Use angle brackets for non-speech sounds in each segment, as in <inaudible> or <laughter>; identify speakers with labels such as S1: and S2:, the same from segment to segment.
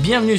S1: Bienvenue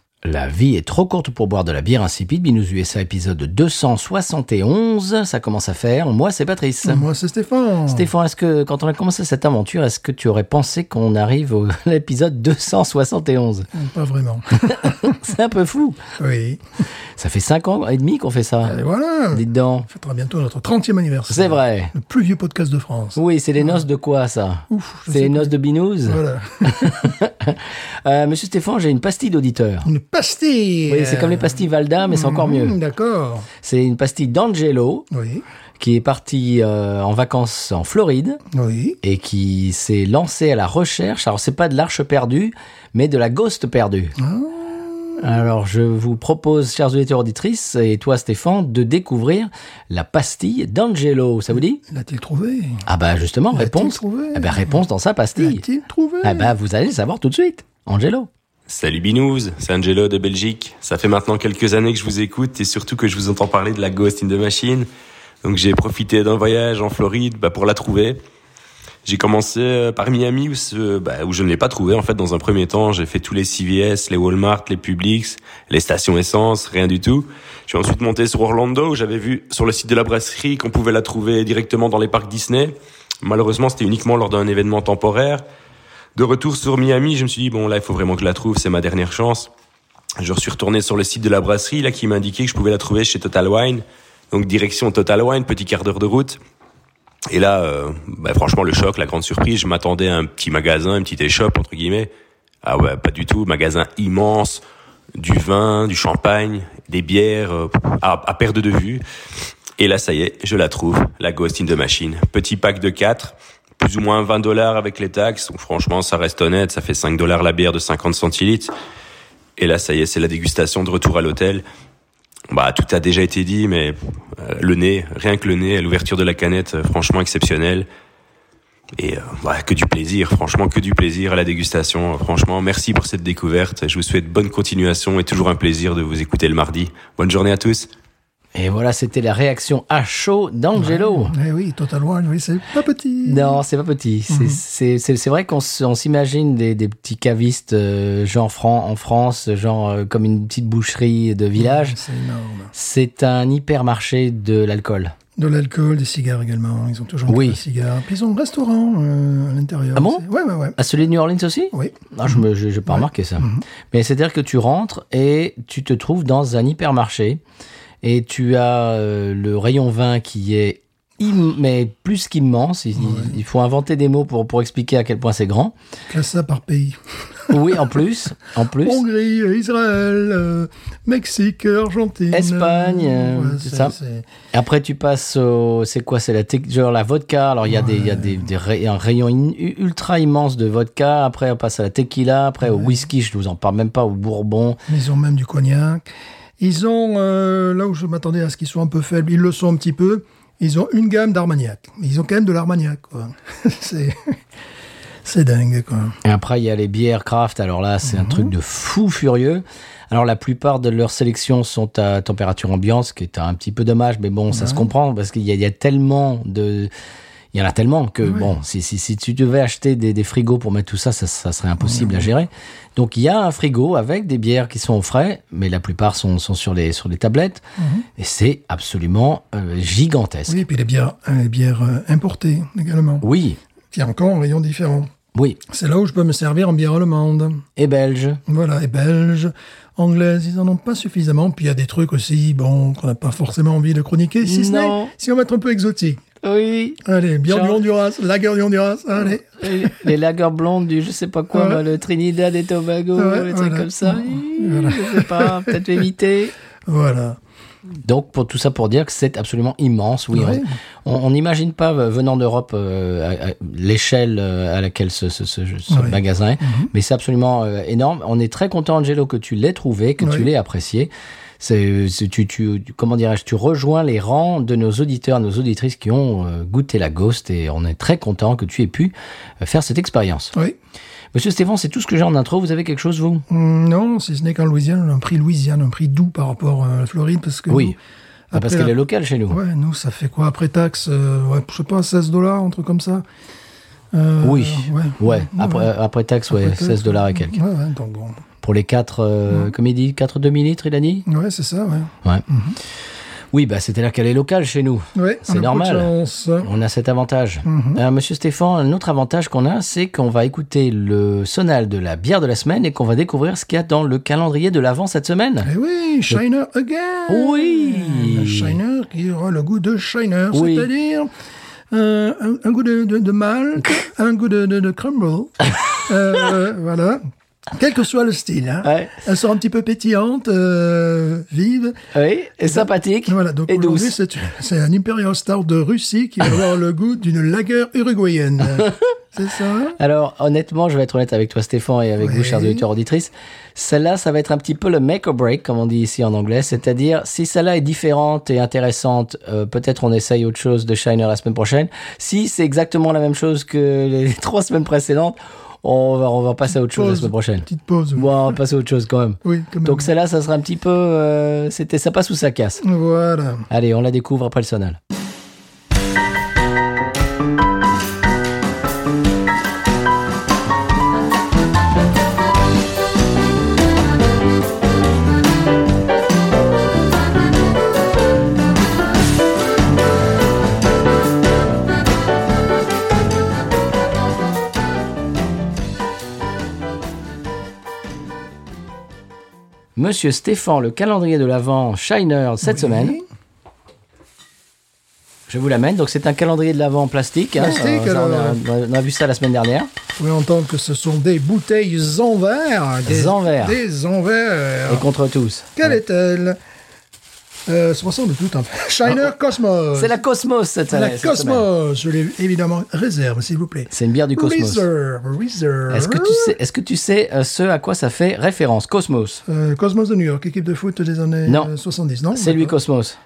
S1: La vie est trop courte pour boire de la bière insipide. Binous USA épisode 271, ça commence à faire. Moi, c'est Patrice.
S2: Moi, c'est Stéphane.
S1: Stéphane, est-ce que quand on a commencé cette aventure, est-ce que tu aurais pensé qu'on arrive au <laughs> l'épisode 271 <laughs>
S2: Pas vraiment.
S1: C'est un peu fou.
S2: oui.
S1: Ça fait 5 ans et demi qu'on fait ça.
S2: Et voilà.
S1: Dites donc.
S2: On fêtera bientôt notre 30e anniversaire.
S1: C'est vrai.
S2: Le plus vieux podcast de France.
S1: Oui, c'est les noces de quoi ça
S2: Ouf, je
S1: C'est
S2: sais
S1: les noces de Binouze
S2: Voilà.
S1: Euh, Monsieur Stéphane, j'ai une pastille d'auditeur.
S2: Une pastille.
S1: Oui, c'est comme les pastilles Valda, mais c'est encore
S2: Mmh,
S1: mieux.
S2: D'accord.
S1: C'est une pastille d'Angelo
S2: Oui.
S1: qui est parti euh, en vacances en Floride
S2: Oui.
S1: et qui s'est lancé à la recherche. Alors, c'est pas de l'arche perdue, mais de la ghost perdue.
S2: Ah.
S1: Alors, je vous propose, chers auditeurs auditrices, et toi, Stéphane, de découvrir la pastille d'Angelo. Ça vous dit
S2: L'a-t-il trouvé
S1: Ah bah justement,
S2: L'a-t-il
S1: réponse.
S2: trouvé
S1: Eh ben, réponse dans sa pastille.
S2: L'a-t-il trouvé
S1: Ah bah vous allez le savoir tout de suite, Angelo.
S3: Salut Binous, c'est Angelo de Belgique. Ça fait maintenant quelques années que je vous écoute et surtout que je vous entends parler de la Ghost in the Machine. Donc j'ai profité d'un voyage en Floride bah, pour la trouver. J'ai commencé euh, par Miami où, ce- bah, où je ne l'ai pas trouvée en fait dans un premier temps. J'ai fait tous les CVS, les Walmart, les Publix, les stations essence, rien du tout. Je suis ensuite monté sur Orlando où j'avais vu sur le site de la brasserie qu'on pouvait la trouver directement dans les parcs Disney. Malheureusement c'était uniquement lors d'un événement temporaire. De retour sur Miami, je me suis dit, bon, là, il faut vraiment que je la trouve, c'est ma dernière chance. Je suis retourné sur le site de la brasserie, là, qui m'indiquait que je pouvais la trouver chez Total Wine. Donc, direction Total Wine, petit quart d'heure de route. Et là, euh, bah, franchement, le choc, la grande surprise, je m'attendais à un petit magasin, une petite échoppe, entre guillemets. Ah ouais, pas du tout, magasin immense, du vin, du champagne, des bières, euh, à, à perte de vue. Et là, ça y est, je la trouve, la Ghost in the Machine. Petit pack de 4, plus ou moins 20 dollars avec les taxes. Donc, franchement, ça reste honnête, ça fait 5 dollars la bière de 50 centilitres. Et là, ça y est, c'est la dégustation de retour à l'hôtel. Bah, tout a déjà été dit, mais euh, le nez, rien que le nez, l'ouverture de la canette, euh, franchement exceptionnelle. Et euh, bah, que du plaisir, franchement, que du plaisir à la dégustation. Franchement, merci pour cette découverte. Je vous souhaite bonne continuation et toujours un plaisir de vous écouter le mardi. Bonne journée à tous.
S1: Et voilà, c'était la réaction à chaud d'Angelo.
S2: Eh oui, Total One, oui, c'est pas petit.
S1: Non, c'est pas petit. C'est- C'est c'est- c'est vrai qu'on s- on s'imagine des, des petits cavistes euh, genre Fran- en France, genre euh, comme une petite boucherie de village.
S2: C'est énorme.
S1: C'est un hypermarché de l'alcool.
S2: De l'alcool, des cigares également. Ils ont toujours
S1: Oui.
S2: des cigares. Puis ils ont un restaurant euh, à l'intérieur.
S1: Ah bon
S2: C'est- Ouais, ouais, ouais.
S1: À celui de New Orleans aussi
S2: Oui.
S1: Non, je me- je n'ai pas remarqué ça. Mais c'est-à-dire que tu rentres et tu te trouves dans un hypermarché et tu as euh, le rayon vin qui est im- mais plus qu'immense. Il, il- il faut inventer des mots pour, pour expliquer à quel point c'est grand. <laughs>
S2: Classe ça par pays.
S1: Oui, en plus, en plus.
S2: Hongrie, euh, Israël, euh, Mexique, euh, Argentine.
S1: Espagne,
S2: euh,
S1: euh,
S2: ouais,
S1: c'est
S2: c'est-
S1: ça.
S2: c'est-
S1: Après, tu passes au. C'est quoi C'est la, tec- genre la vodka. Alors, il y a, des, il y a des, des ray- un rayon in- ultra immense de vodka. Après, on passe à la tequila. Après, au whisky, je ne vous en parle même pas, au bourbon.
S2: Ils ont même du cognac. Ils ont, euh, là où je m'attendais à ce qu'ils soient un peu faibles, ils le sont un petit peu. Ils ont une gamme d'Armagnac. Mais ils ont quand même de l'Armagnac, quoi. <laughs> c'est, c'est dingue, quoi.
S1: Et après, il y a les bières craft. Alors là, c'est un truc de fou furieux. Alors, la plupart de leurs sélections sont à température ambiante, ce qui est un petit peu dommage, mais bon, ça se comprend parce qu'il y, a- il y a tellement de. Il y en a tellement que, bon, si, si, si tu devais acheter des, des frigos pour mettre tout ça, ça, ça serait impossible à gérer. Donc, il y a un frigo avec des bières qui sont au frais, mais la plupart sont, sont sur, les, sur les tablettes. Et c'est absolument euh, gigantesque.
S2: Oui, et puis les bières, euh, les bières euh, importées également.
S1: Oui,
S2: Il y a encore un rayon différent.
S1: oui.
S2: C'est là où je peux me servir en bière allemande.
S1: Et belge.
S2: Voilà, et belges, anglaises, ils en ont pas suffisamment. Puis il y a des trucs aussi, bon, qu'on n'a pas forcément envie de chroniquer, si ce
S1: Non.
S2: n'est si on va être un peu exotique.
S1: Oui.
S2: Allez, bière
S1: Genre-
S2: du Honduras, lager du Honduras, allez.
S1: Et les lagers blondes du je sais pas quoi,
S2: Ouais.
S1: bah, le Trinidad et Tobago,
S2: Ouais,
S1: les trucs
S2: voilà.
S1: comme ça. Je sais pas, peut-être éviter.
S2: Voilà.
S1: Donc, pour tout ça pour dire que c'est absolument immense. Oui,
S2: Ouais.
S1: on- on n'imagine pas, euh, venant d'Europe, euh, à- à l'échelle euh, à laquelle ce, ce- ce- ce
S2: Ouais. Mhm.
S1: magasin est. Mais c'est absolument euh, énorme. On est très content, Angelo, que tu l'aies trouvé, que tu
S2: Ouais.
S1: l'aies apprécié. c'est, c'est- tu, tu, comment dirais-je, tu rejoins les rangs de nos auditeurs, nos auditrices qui ont euh, goûté la Ghost et on est très content que tu aies pu euh, faire cette expérience.
S2: Oui.
S1: Monsieur Stéphane, c'est tout ce que j'ai en intro. Vous avez quelque chose, vous
S2: Hum, Non, si ce n'est qu'en Louisiane, on a un prix Louisiane, un prix doux par rapport euh, à la Floride, parce que
S1: Oui.
S2: nous,
S1: Ah, parce
S2: après
S1: qu'elle
S2: la-
S1: est locale chez nous.
S2: Ouais, nous, ça fait quoi après taxe euh, ouais, Je sais pas, 16 dollars, un truc comme ça Euh,
S1: oui.
S2: Ouais.
S1: Ouais. Après, euh, après taxe, ouais,
S2: Après taxe,
S1: 16 dollars et quelques.
S2: Ouais, ouais, donc bon.
S1: Pour les euh, 4, comme il dit, 4 demi litres, il a dit
S2: Ouais, c'est ça, ouais.
S1: Ouais.
S2: Mhm.
S1: Oui, bah, c'était là qu'elle est locale chez nous.
S2: ouais
S1: C'est
S2: on a peu de
S1: normal.
S2: chance.
S1: On a cet avantage.
S2: Mhm.
S1: Euh, Monsieur Stéphane, un autre avantage qu'on a, c'est qu'on va écouter le sonal de la bière de la semaine et qu'on va découvrir ce qu'il y a dans le calendrier de l'avant cette semaine.
S2: Eh oui, Shiner Again
S1: Oui.
S2: Shiner qui aura le goût de Shiner,
S1: Oui.
S2: c'est-à-dire euh, un, un goût de, de,
S1: <laughs>
S2: de malt, un goût de, de, de crumble, Euh, voilà. Quel que soit le style, hein.
S1: Ouais.
S2: elles sont un petit peu pétillantes, euh, vives.
S1: Oui, et sympathique.
S2: Voilà, donc
S1: et
S2: aujourd'hui,
S1: douce.
S2: c'est c'est un Imperial Star de Russie qui va avoir le goût d'une lagueur
S1: <laughs>
S2: uruguayenne. c'est ça
S1: Alors, honnêtement, je vais être honnête avec toi, Stéphane, et avec vous,
S2: Oui.
S1: chers auditeurs, auditrices. Celle-là, ça va être un petit peu le make or break, comme on dit ici en anglais. C'est-à-dire, si celle-là est différente et intéressante, euh, peut-être on essaye autre chose de Shiner la semaine prochaine. Si c'est exactement la même chose que les <laughs> trois semaines précédentes, on va, on va passer à autre chose la semaine prochaine.
S2: Petite pause. oui.
S1: Bon, on va passer à autre chose quand même.
S2: Oui, quand même.
S1: Donc celle-là, ça sera un petit peu... euh, C'était ça passe ou ça casse.
S2: Voilà.
S1: Allez, on la découvre après le sonal. Monsieur Stéphane, le calendrier de l'Avent Shiner cette semaine. Je vous l'amène. Donc c'est un calendrier de l'Avent en plastique. hein.
S2: Plastique,
S1: Ça, ça, on, a,
S2: alors.
S1: on a- on a vu ça la semaine dernière.
S2: Vous pouvez entendre que ce sont des bouteilles en verre. Des,
S1: En verre.
S2: Des en verre.
S1: Et contre tous.
S2: Quelle est-elle euh, Ça ressemble tout un peu. Shiner Cosmos.
S1: Ah, C'est la Cosmos cette,
S2: La
S1: cette semaine.
S2: Cosmos. Je l'ai évidemment réserve, s'il vous plaît.
S1: C'est une bière du Cosmos.
S2: Reserve. Reserve.
S1: Est-ce que tu sais, est-ce que tu sais euh, ce à quoi ça fait référence Cosmos
S2: Euh, Cosmos de New York, équipe de foot des années
S1: Non.
S2: euh, 70, non
S1: C'est lui Cosmos.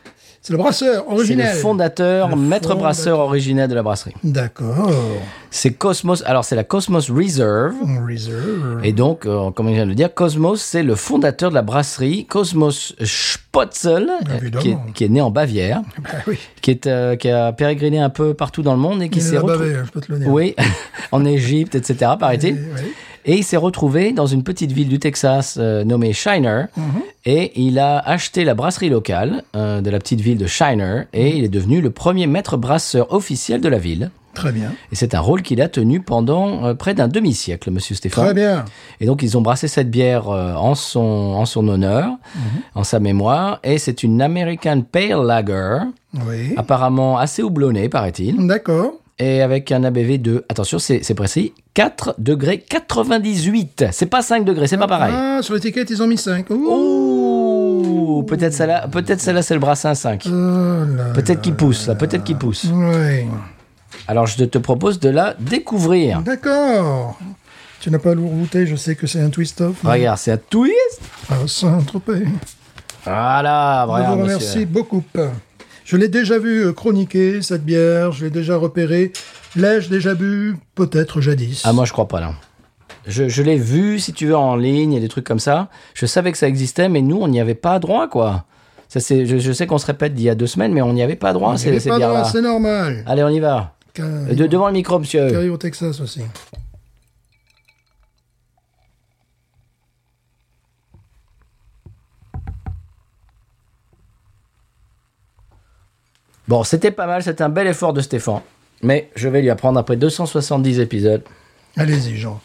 S2: C'est le brasseur
S1: C'est le
S2: originel.
S1: fondateur,
S2: Le
S1: maître
S2: fondateur.
S1: brasseur originaire de la brasserie.
S2: D'accord.
S1: C'est Cosmos. Alors c'est la Cosmos Reserve.
S2: Reserve. <laughs>
S1: Et donc, euh, comme je viens de le dire, Cosmos, c'est le fondateur de la brasserie Cosmos Spotzel,
S2: Bah,
S1: euh,
S2: Évidemment.
S1: qui est, qui est né en Bavière,
S2: Bah oui.
S1: qui, est, euh, qui a pérégriné un peu partout dans le monde et qui
S2: Il
S1: s'est
S2: a
S1: retrouvé...
S2: bavé, je peux te le dire.
S1: Oui, <laughs> en Égypte, etc., paraît-il.
S2: Oui, oui.
S1: Et il s'est retrouvé dans une petite ville du Texas euh, nommée Shiner.
S2: Mhm.
S1: Et il a acheté la brasserie locale euh, de la petite ville de Shiner.
S2: Mhm.
S1: Et il est devenu le premier maître brasseur officiel de la ville.
S2: Très bien.
S1: Et c'est un rôle qu'il a tenu pendant euh, près d'un demi-siècle, monsieur Stéphane.
S2: Très bien.
S1: Et donc, ils ont brassé cette bière euh, en, son, en son honneur, en sa mémoire. Et c'est une American Pale Lager, Ah.
S2: Oui.
S1: apparemment assez houblonnée, paraît-il.
S2: D'accord.
S1: Et avec un ABV de, attention, c'est c'est précis, 4 degrés 98. C'est pas 5 degrés, c'est pas pareil. Oh.
S2: Ah, sur l'étiquette, ils ont mis 5.
S1: Ouh, peut-être celle-là, peut-être celle-là, c'est le brassin 5. Peut-être qu'il pousse, là, peut-être qu'il pousse.
S2: Oh Oui.
S1: Alors, je te propose de la découvrir.
S2: D'accord. Tu n'as pas lourd bouteille, je sais que c'est un twist-off. mais-
S1: Regarde, c'est un twist.
S2: Ah, Saint-Tropez.
S1: Voilà,
S2: Je
S1: regarde,
S2: vous
S1: monsieur.
S2: remercie beaucoup. Je l'ai déjà vu euh, chroniquer, cette bière, je l'ai déjà repéré. L'ai-je déjà bu Peut-être jadis.
S1: Ah, moi, je crois pas, non. Je, je l'ai vu, si tu veux, en ligne et des trucs comme ça. Je savais que ça existait, mais nous, on n'y avait pas droit, quoi. Ça, c'est, je, je sais qu'on se répète d'il y a deux semaines, mais on n'y avait pas droit,
S2: Il
S1: ces,
S2: est
S1: ces
S2: pas
S1: bières-là.
S2: droit, c'est normal.
S1: Allez, on y va.
S2: Car-
S1: Ah. De- devant le micro, monsieur.
S2: Carré au Texas aussi.
S1: Bon, c'était pas mal, c'était un bel effort de Stéphane. Mais je vais lui apprendre après 270 épisodes. Ah,
S2: Allez-y, Jean.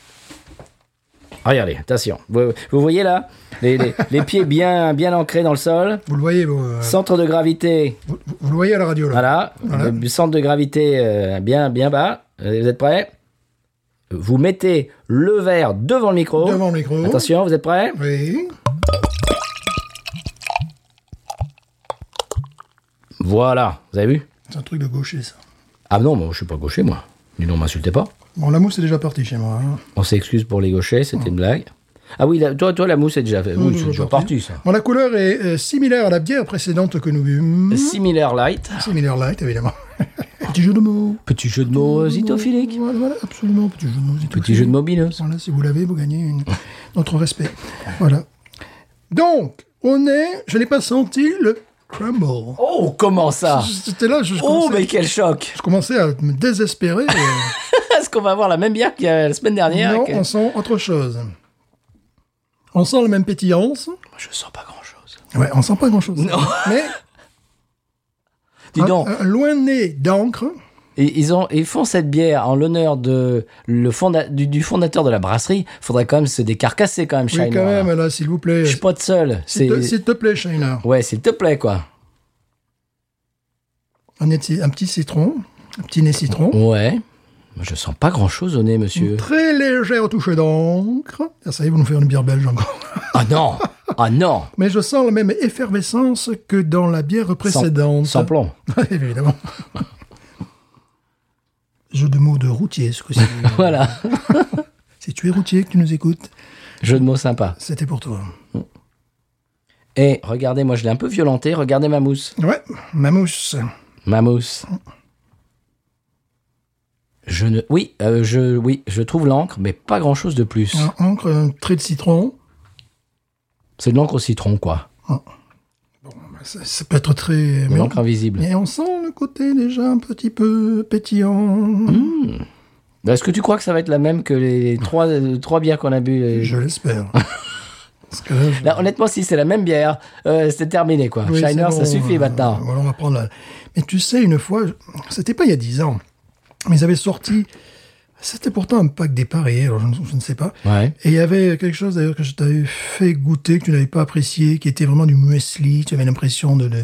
S1: Regardez, attention. Vous, vous voyez là les, les- les pieds bien, bien ancrés dans le sol.
S2: Vous le voyez, vous, euh,
S1: Centre de gravité,
S2: vous, vous le voyez à la radio, là.
S1: voilà. Le centre de gravité euh, bien, bien bas. Euh, Vous êtes prêts Vous mettez le verre devant le micro.
S2: Devant le micro.
S1: Attention, vous êtes prêts
S2: Oui.
S1: Voilà, vous avez vu
S2: C'est un truc de gaucher, ça.
S1: Ah non, moi, je suis pas gaucher, moi. Dis donc, m'insultez pas.
S2: Bon, la mousse est déjà partie chez moi. hein.
S1: On s'excuse pour les gauchers, c'était une blague. Ah oui, la- toi, toi, la mousse est déjà, oui,
S2: Oui,
S1: c'est
S2: oui,
S1: déjà
S2: parti.
S1: parti, ça.
S2: Bon, la couleur est euh, similaire à la bière précédente que nous buvons.
S1: Similar light.
S2: Similaire
S1: <laughs>
S2: light, évidemment. Petit jeu de mots.
S1: Petit jeu de mots euh,
S2: Zitophilique.
S1: zitophilique.
S2: Voilà, voilà, absolument, petit jeu de mots.
S1: Petit jeu de mobileuse.
S2: Voilà, si vous l'avez, vous gagnez une- notre respect. Voilà. Donc, on est, je n'ai pas senti le crumble.
S1: Oh, comment ça
S2: C'était là, je, je
S1: Oh,
S2: commençais,
S1: mais quel choc <laughs>
S2: je commençais à me désespérer. euh,
S1: Est-ce qu'on va avoir la même bière que la semaine dernière
S2: non,
S1: que-
S2: on sent autre chose. On sent la même pétillance.
S1: Je sens pas grand-chose.
S2: Ouais, on sent pas grand chose.
S1: Non.
S2: Mais
S1: <laughs> Dis donc,
S2: un- un loin nez d'encre.
S1: et- ils, ont, ils font cette bière en l'honneur de le fonda- du, du fondateur de la brasserie. Faudrait quand même se décarcasser quand même,
S2: Oui,
S1: Shiner.
S2: quand
S1: là.
S2: même, là, s'il vous plaît.
S1: Je suis pas de seul.
S2: S'il te,
S1: C'est-
S2: s'il te plaît, Shiner.
S1: Ouais, s'il te plaît, quoi.
S2: Un, éti- un petit citron, un petit nez citron.
S1: Ouais. Je sens pas grand-chose au nez,
S2: <laughs>
S1: monsieur.
S2: Très légère touche d'encre. Ah, ça y est, vous nous faire une bière belge encore. <laughs>
S1: Ah non Ah non
S2: Mais je sens la même effervescence que dans la bière précédente.
S1: Sans plomb.
S2: <laughs> Évidemment. Jeu de mots de routier, ce que c'est.
S1: <laughs> Voilà.
S2: <laughs> si tu es routier, que tu nous écoutes,
S1: Jeu de mots sympa.
S2: c'était pour toi.
S1: Et regardez, moi je l'ai un peu violenté. Regardez ma mousse.
S2: Ouais, ma mousse.
S1: Ma mousse. Je ne. Oui, euh, je. Oui, je trouve l'encre, mais pas grand chose de plus.
S2: Un encre, un trait de citron.
S1: C'est de l'encre au citron, quoi.
S2: Ça, ça peut être très...
S1: De
S2: mais on-
S1: l'encre invisible.
S2: mais on sent le côté déjà un petit peu pétillant.
S1: Mmh. Bah, Est-ce que tu crois que ça va être la même que les trois, euh, trois bières qu'on a bu euh, <laughs>
S2: Je l'espère. Parce que là, je-
S1: Là, honnêtement, si c'est la même bière, euh, c'est terminé, quoi.
S2: Oui,
S1: Shiner, ça
S2: c'est bon,
S1: suffit
S2: euh,
S1: maintenant.
S2: Voilà, on va prendre la- Mais tu sais, une fois, c'était pas il y a 10 ans, mais ils avaient sorti. C'était pourtant un pack déparé, alors je, ne- je ne sais pas.
S1: Ouais.
S2: Et il y avait quelque chose d'ailleurs que je t'avais fait goûter, que tu n'avais pas apprécié, qui était vraiment du muesli. Tu avais l'impression de, de,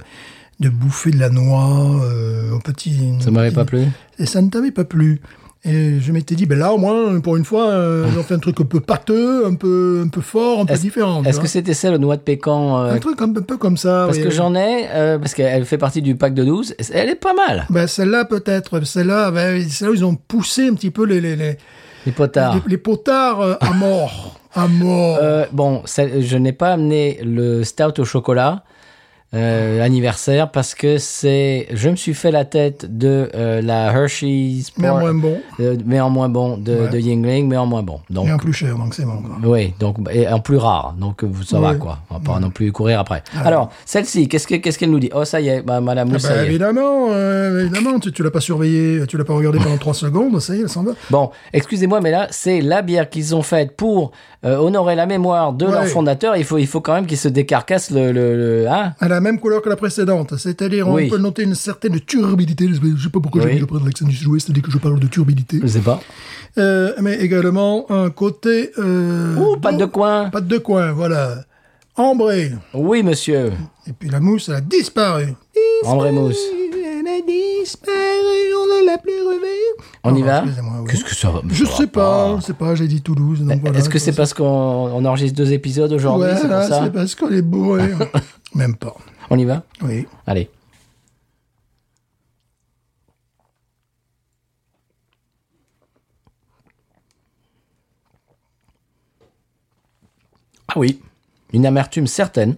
S2: de bouffer de la noix euh, au petit.
S1: Ça m'avait pas plu.
S2: Et ça ne t'avait pas plu. Et je m'étais dit, ben là, au moins, pour une fois, euh, on fait un truc un peu pâteux, un peu, un peu fort, un peu
S1: Est-ce-
S2: différent. tu
S1: Est-ce que
S2: vois.
S1: c'était celle aux noix de pécan euh,
S2: Un truc un peu, un peu comme ça.
S1: Parce
S2: Ah, oui.
S1: que j'en ai, euh, parce qu'elle fait partie du pack de 12. Elle est pas mal,
S2: Ben, celle-là, peut-être. Celle-là, ben, celle-là, ils ont poussé un petit peu les, les, les,
S1: les potards.
S2: les, les potards euh, à mort. à mort.
S1: Euh, bon, celle- je n'ai pas amené le stout au chocolat euh, anniversaire parce que c'est. Je me suis fait la tête de euh, la Hershey's
S2: mais
S1: Pour-
S2: moins bon.
S1: euh, mais en moins bon de,
S2: Ouais.
S1: de Yingling, mais en moins bon. Donc,
S2: Et un plus cher, donc c'est bon. quoi.
S1: Oui, donc et en plus rare, donc euh, ça va
S2: Oui.
S1: quoi. On va pas non plus courir après. Alors celle-ci, qu'est-ce que- qu'est-ce qu'elle nous dit Oh ça y est, bah, Madame
S2: Ah
S1: Mousse,
S2: ben,
S1: ça y est.
S2: évidemment, euh, évidemment, tu, tu l'as pas surveillé, tu l'as pas regardé pendant trois secondes, ça y est, elle s'en va.
S1: Bon, excusez-moi, mais là c'est la bière qu'ils ont faite pour euh, honorer la mémoire de leur
S2: Ouais.
S1: fondateur. Il faut il faut quand même qu'ils se décarcassent le le, le- hein
S2: Elle a la même couleur que la précédente, c'est-à-dire
S1: Oui.
S2: on peut noter une certaine turbidité. Je sais pas pourquoi
S1: Oui.
S2: j'ai mis le prendre l'accent du sud-ouest dès que je parle de turbidité.
S1: je sais pas.
S2: Euh, mais également un côté. Euh,
S1: Ouh, pas de coin.
S2: Pas de coin, voilà. Ambré.
S1: Oui, monsieur.
S2: Et puis la mousse, elle a disparu.
S1: André Mousse.
S2: Elle a disparu, on ne l'a plus revue.
S1: On y
S2: Pardon,
S1: va
S2: Ah, excusez-moi, oui.
S1: Qu'est-ce que ça va
S2: Je
S1: ça va
S2: sais pas, je sais pas, j'ai dit Toulouse. Donc voilà,
S1: Est-ce que c'est parce qu'on on enregistre deux épisodes aujourd'hui
S2: Ouais,
S1: C'est pour
S2: là,
S1: ça
S2: c'est parce qu'on est bourré. hein.
S1: <laughs>
S2: Même pas.
S1: On y va
S2: Oui.
S1: Allez. Ah oui, une amertume certaine.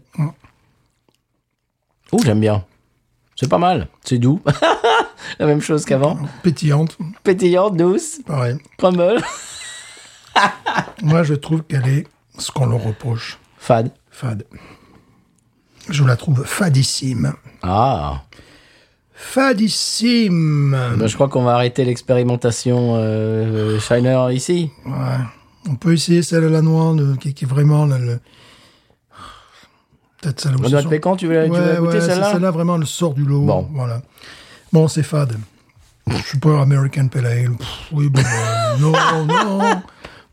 S1: Oh, j'aime bien. C'est pas mal, c'est doux. <laughs> La même chose qu'avant.
S2: Mm. Pétillante,
S1: Pétillante, douce,
S2: pareil.
S1: crumble,
S2: Moi, je trouve qu'elle est ce qu'on leur reproche.
S1: fade.
S2: Fade. Je la trouve fadissime.
S1: Ah,
S2: Fadissime.
S1: ben, je crois qu'on va arrêter l'expérimentation euh, Shiner ici.
S2: Ouais. On peut essayer celle à la noix, le- qui, qui est vraiment le. le- Peut-être celle où
S1: On
S2: ce
S1: doit
S2: sont-
S1: te pécan, tu veux, tu veux
S2: Ouais,
S1: la goûter
S2: ouais, c'est
S1: celle-là
S2: Celle-là, vraiment, elle sort du lot.
S1: Bon.
S2: Bon, voilà. bon c'est fade. Je suis pas American Pale Ale. Pff, oui, bon, euh, <laughs> non, non.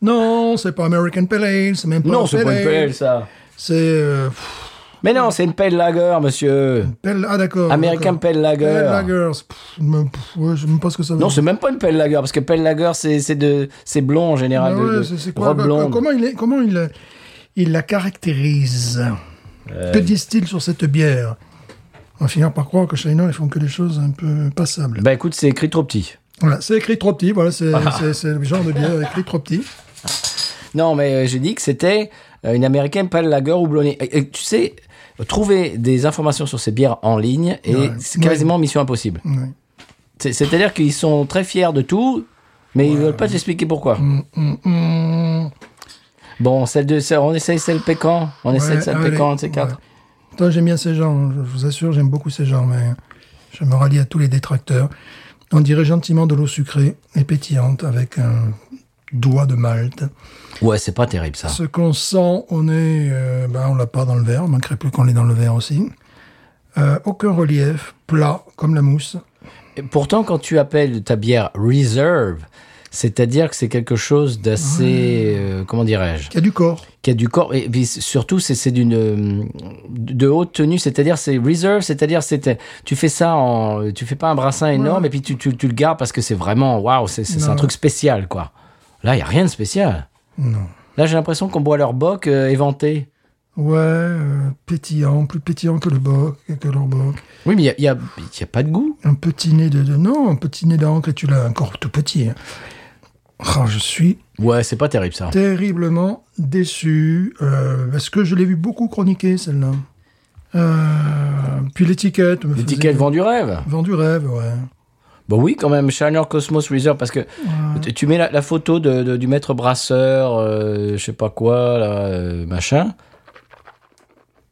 S2: Non, c'est pas American Pale Ale, c'est même pas
S1: Non,
S2: un
S1: c'est pas une pelle, ça.
S2: C'est euh, pff,
S1: Mais non, c'est une pelle lager, monsieur.
S2: Pale... Ah, d'accord.
S1: American
S2: d'accord.
S1: Pale Lager.
S2: Pale Lagers. Pff, mais, pff, ouais, je sais même pas ce que ça veut
S1: Non,
S2: dire.
S1: c'est même pas une pelle lager, parce que pelle lager, c'est c'est de, c'est blond en
S2: Ah
S1: général, de,
S2: ouais,
S1: de
S2: c'est- c'est quoi,
S1: robe
S2: bah,
S1: blonde.
S2: Comment, il, est, comment il, euh, il la caractérise
S1: Euh,
S2: Que disent-ils sur cette bière On va finir par croire que chez nous, ils font que des choses un peu passables.
S1: Bah Ah. écoute, c'est écrit trop petit.
S2: Voilà, c'est écrit trop petit. Voilà, c'est c'est- c'est le genre de bière écrit trop petit.
S1: Non, mais euh, j'ai dit que c'était euh, une américaine pale lager houblonnée. Et- et tu sais, trouver des informations sur ces bières en ligne, et
S2: Ouais.
S1: c'est quasiment mission impossible.
S2: Ouais.
S1: C'est- C'est-à-dire qu'ils sont très fiers de tout, mais ils veulent pas t'expliquer pourquoi.
S2: Hum, hum.
S1: Bon, celle de, celle- on essaye celle pécan, on essaye
S2: Ouais,
S1: celle
S2: allez,
S1: pécan, ces quatre.
S2: ouais. Toi, j'aime bien ces gens, je vous assure, j'aime beaucoup ces gens, mais je me rallie à tous les détracteurs. On dirait gentiment de l'eau sucrée et pétillante avec un doigt de malte.
S1: Ouais, c'est pas terrible ça.
S2: Ah. Ce qu'on sent, on est, euh, ben, on l'a pas dans le verre, on manquerait plus qu'on l'ait dans le verre aussi. Euh, aucun relief, plat comme la mousse.
S1: Et pourtant, quand tu appelles ta bière reserve, c'est-à-dire que c'est quelque chose d'assez, euh, comment dirais-je,
S2: Il y a du corps.
S1: qui a du corps et puis surtout c'est c'est d'une euh, de haute tenue c'est-à-dire c'est reserve c'est-à-dire c'est tu fais ça en tu fais pas un brassin énorme et puis tu, tu, tu le gardes parce que c'est vraiment waouh c'est c'est c'est un
S2: Non.
S1: truc spécial quoi là il y a rien de spécial
S2: Non.
S1: là j'ai l'impression qu'on boit leur boc euh, éventé
S2: Ouais, euh, pétillant, plus pétillant que le boc, que leur boc.
S1: oui mais il y a, il y, a, il y a pas de goût
S2: Un petit nez de, de- non, un petit nez d'encre et tu l'as encore tout petit. hein. Ah, je suis
S1: ouais c'est pas terrible ça
S2: terriblement déçu euh, parce que je l'ai vu beaucoup chroniquer celle-là. Euh, puis l'étiquette. me
S1: l'étiquette
S2: faisait-
S1: vend du rêve
S2: vend du rêve, ouais.
S1: Bah oui, quand même, Shiner Cosmos Reserve, parce que tu- tu mets la, la photo de, de- du maître brasseur, euh, je sais pas quoi, là, euh, machin.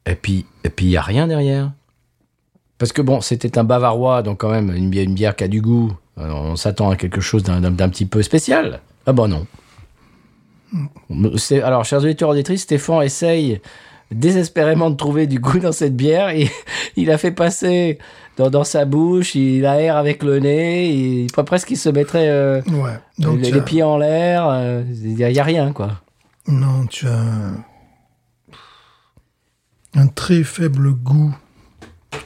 S1: Et puis, et puis il y a rien derrière. Parce que bon, c'était un bavarois, donc quand même, une bière, une bière qui a du goût. Euh, on s'attend à quelque chose d'un, d'un- d'un petit peu spécial. Ah bah non. C'est- alors, chers auditeurs auditrices, Stéphane essaye désespérément de trouver du goût dans cette bière. Et <laughs> il a fait passer dans, dans sa bouche, il aère avec le nez, il, pre- presque il se mettrait euh,
S2: Ouais. Donc,
S1: les,
S2: tu
S1: les
S2: as-
S1: pieds en l'air. euh, Il n'y a, il y a rien, quoi.
S2: Non, tu as un- un très faible goût.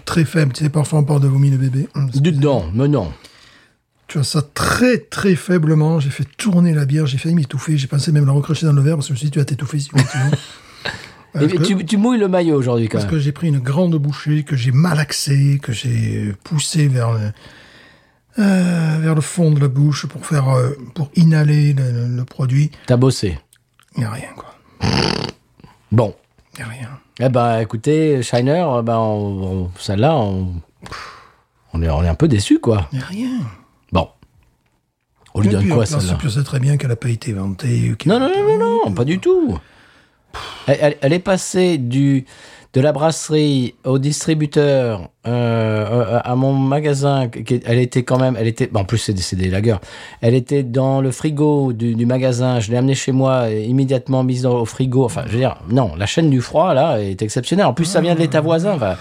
S2: Très faible. Tu sais, parfois on parle de vomi de bébé. Hum,
S1: Du dedans, mais non.
S2: Tu as ça très très faiblement. J'ai fait tourner la bière, j'ai failli m'étouffer. J'ai pensé même la recracher dans le verre parce que je me suis dit, tu vas t'étouffer si tu veux.
S1: <laughs> Et
S2: Parce que-
S1: tu, tu mouilles le maillot aujourd'hui, quand
S2: Parce
S1: même.
S2: que j'ai pris une grande bouchée, que j'ai malaxée, que j'ai poussé vers le, euh, vers le fond de la bouche pour faire euh, pour inhaler le, le- le produit.
S1: T'as bossé.
S2: Il n'y a rien, quoi.
S1: Bon.
S2: Il n'y a rien.
S1: Eh ben, écoutez, Shiner, eh ben, on- on- celle-là, on, on est, on est un peu déçu, quoi.
S2: Il n'y a rien.
S1: Bon. On lui
S2: Et
S1: donne
S2: puis,
S1: quoi,
S2: en plus,
S1: celle-là
S2: Je sais très bien qu'elle n'a pas été vantée. qu'elle-
S1: Non, non, non, non, non, pas du tout. Elle, elle- elle est passée du, de la brasserie au distributeur euh, euh, à mon magasin. qui est- Elle était quand même. Elle était, bon, en plus, c'est des, c'est des lagueurs. Elle était dans le frigo du, du magasin. Je l'ai amenée chez moi, et immédiatement mise dans, au frigo. Enfin, je veux dire, non, la chaîne du froid, là, est exceptionnelle. En plus, ça vient de l'état voisin. Enfin,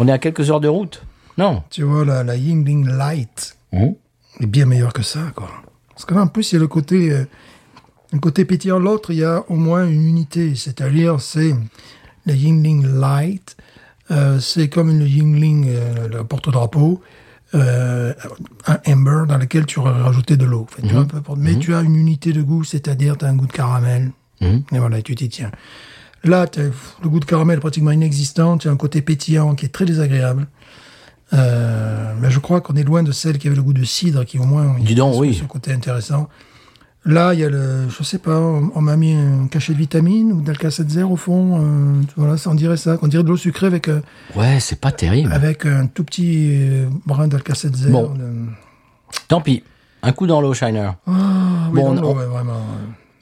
S1: on est à quelques heures de route. Non.
S2: Tu vois, la, la Yingling Light
S1: Mhm.
S2: est bien meilleure que ça, quoi. Parce que là, en plus, il y a le côté, euh, le côté pétillant. L'autre, il y a au moins une unité. C'est-à-dire, c'est la Yingling Light. euh, c'est comme une Yingling, euh, le porte-drapeau, euh, un amber dans lequel tu aurais rajouté de l'eau. Enfin, tu vois, peu importe. Mais tu as une unité de goût, c'est-à-dire, tu as un goût de caramel. Et voilà, tu t'y tiens. Là, t'as- pff, le goût de caramel est pratiquement inexistant. Tu as un côté pétillant qui est très désagréable. Euh, mais je crois qu'on est loin de celle qui avait le goût de cidre, qui au moins
S1: Dis donc, oui.
S2: ce côté intéressant. Là, il y a le, je sais pas, on, on m'a mis un cachet de vitamine ou d'alka 70 au fond. euh, voilà, ça on dirait ça, qu'on dirait de l'eau sucrée avec euh,
S1: Ouais, c'est pas terrible.
S2: avec un tout petit euh, brin d'alka 70.
S1: Bon. Tant pis. Un coup dans l'eau, Shiner. Bon,
S2: bon,
S1: on-
S2: ouais, vraiment.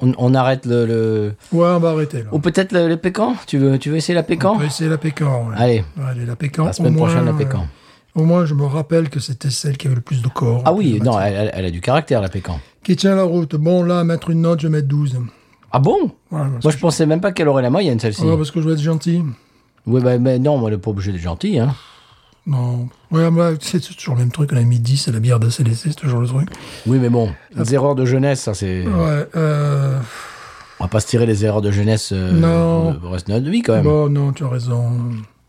S1: On, on arrête le- le,
S2: ouais. Ouais, on va arrêter. Là.
S1: Ou peut-être le, le pécan tu veux, tu veux essayer la
S2: On
S1: pécan
S2: peut essayer la pécan. ouais.
S1: Allez,
S2: Allez, la pécan.
S1: la semaine
S2: au moins,
S1: prochaine, la
S2: euh,
S1: pécan.
S2: Au moins, je me rappelle que c'était celle qui avait le plus de corps.
S1: ah oui, non, elle, elle- elle a du caractère, la pécan.
S2: Qui tient la route. Bon, là, mettre une note, je vais mettre 12.
S1: Ah bon
S2: Voilà, parce,
S1: Moi,
S2: que,
S1: je pensais même pas qu'elle aurait la moyenne, celle-ci.
S2: Ouais, parce que je vais être gentil.
S1: Oui, bah, mais non, elle n'est pas obligée d'être gentille. Hein.
S2: Non. Ouais, moi, c'est toujours le même truc. On a mis 10 à la bière de CDC, c'est toujours le truc.
S1: Oui, mais bon, les erreurs de jeunesse, ça, c'est.
S2: Ah. Ouais, euh,
S1: On va pas se tirer les erreurs de jeunesse euh,
S2: Non.
S1: de reste de notre vie, quand même.
S2: Bon, non, tu as raison.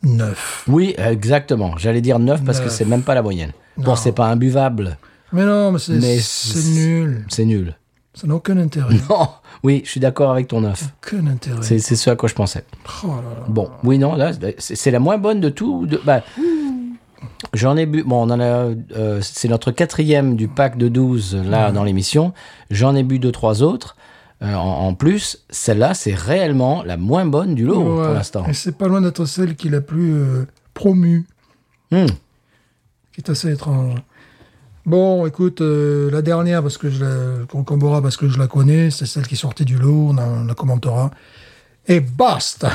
S2: 9.
S1: Oui, exactement. J'allais dire 9 parce que
S2: Neuf.
S1: c'est même pas la moyenne. Bon,
S2: Non.
S1: c'est pas imbuvable,
S2: Mais non, mais c'est
S1: Mais
S2: c'est
S1: c'est-
S2: nul.
S1: c'est nul. <laughs>
S2: Ça n'a aucun intérêt.
S1: Oh, oui, je suis d'accord avec ton 9.
S2: aucun intérêt.
S1: C'est c'est ce à quoi je pensais.
S2: Oh là là.
S1: Bon, oui, non, là, c'est c'est la moins bonne de tout. de- bah, J'en ai bu, bon, on en a, euh, c'est notre quatrième du pack de 12 là dans l'émission. J'en ai bu deux, trois autres. euh, en, en plus, celle-là, c'est réellement la moins bonne du lot pour
S2: Ouais.
S1: l'instant.
S2: Et c'est pas loin d'être celle qui est la plus euh, promue,
S1: Hmm.
S2: qui est assez étrange. Bon, écoute, euh, la dernière, parce que je la, qu'on commentera parce que je la connais, c'est celle qui sortait du lot, on, la- on la commentera. Et basta